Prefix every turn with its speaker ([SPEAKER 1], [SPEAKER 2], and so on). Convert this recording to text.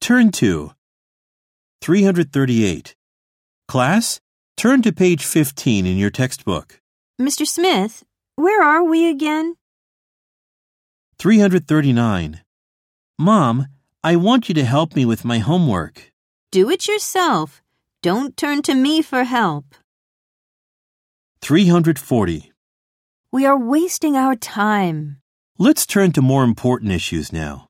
[SPEAKER 1] Turn to 338. Class, turn to page 15 in your textbook.
[SPEAKER 2] Mr. Smith, where are we again?
[SPEAKER 1] 339. Mom, I want you to help me with my homework.
[SPEAKER 2] Do it yourself. Don't turn to me for help.
[SPEAKER 1] 340.
[SPEAKER 2] We are wasting our time.
[SPEAKER 1] Let's turn to more important issues now.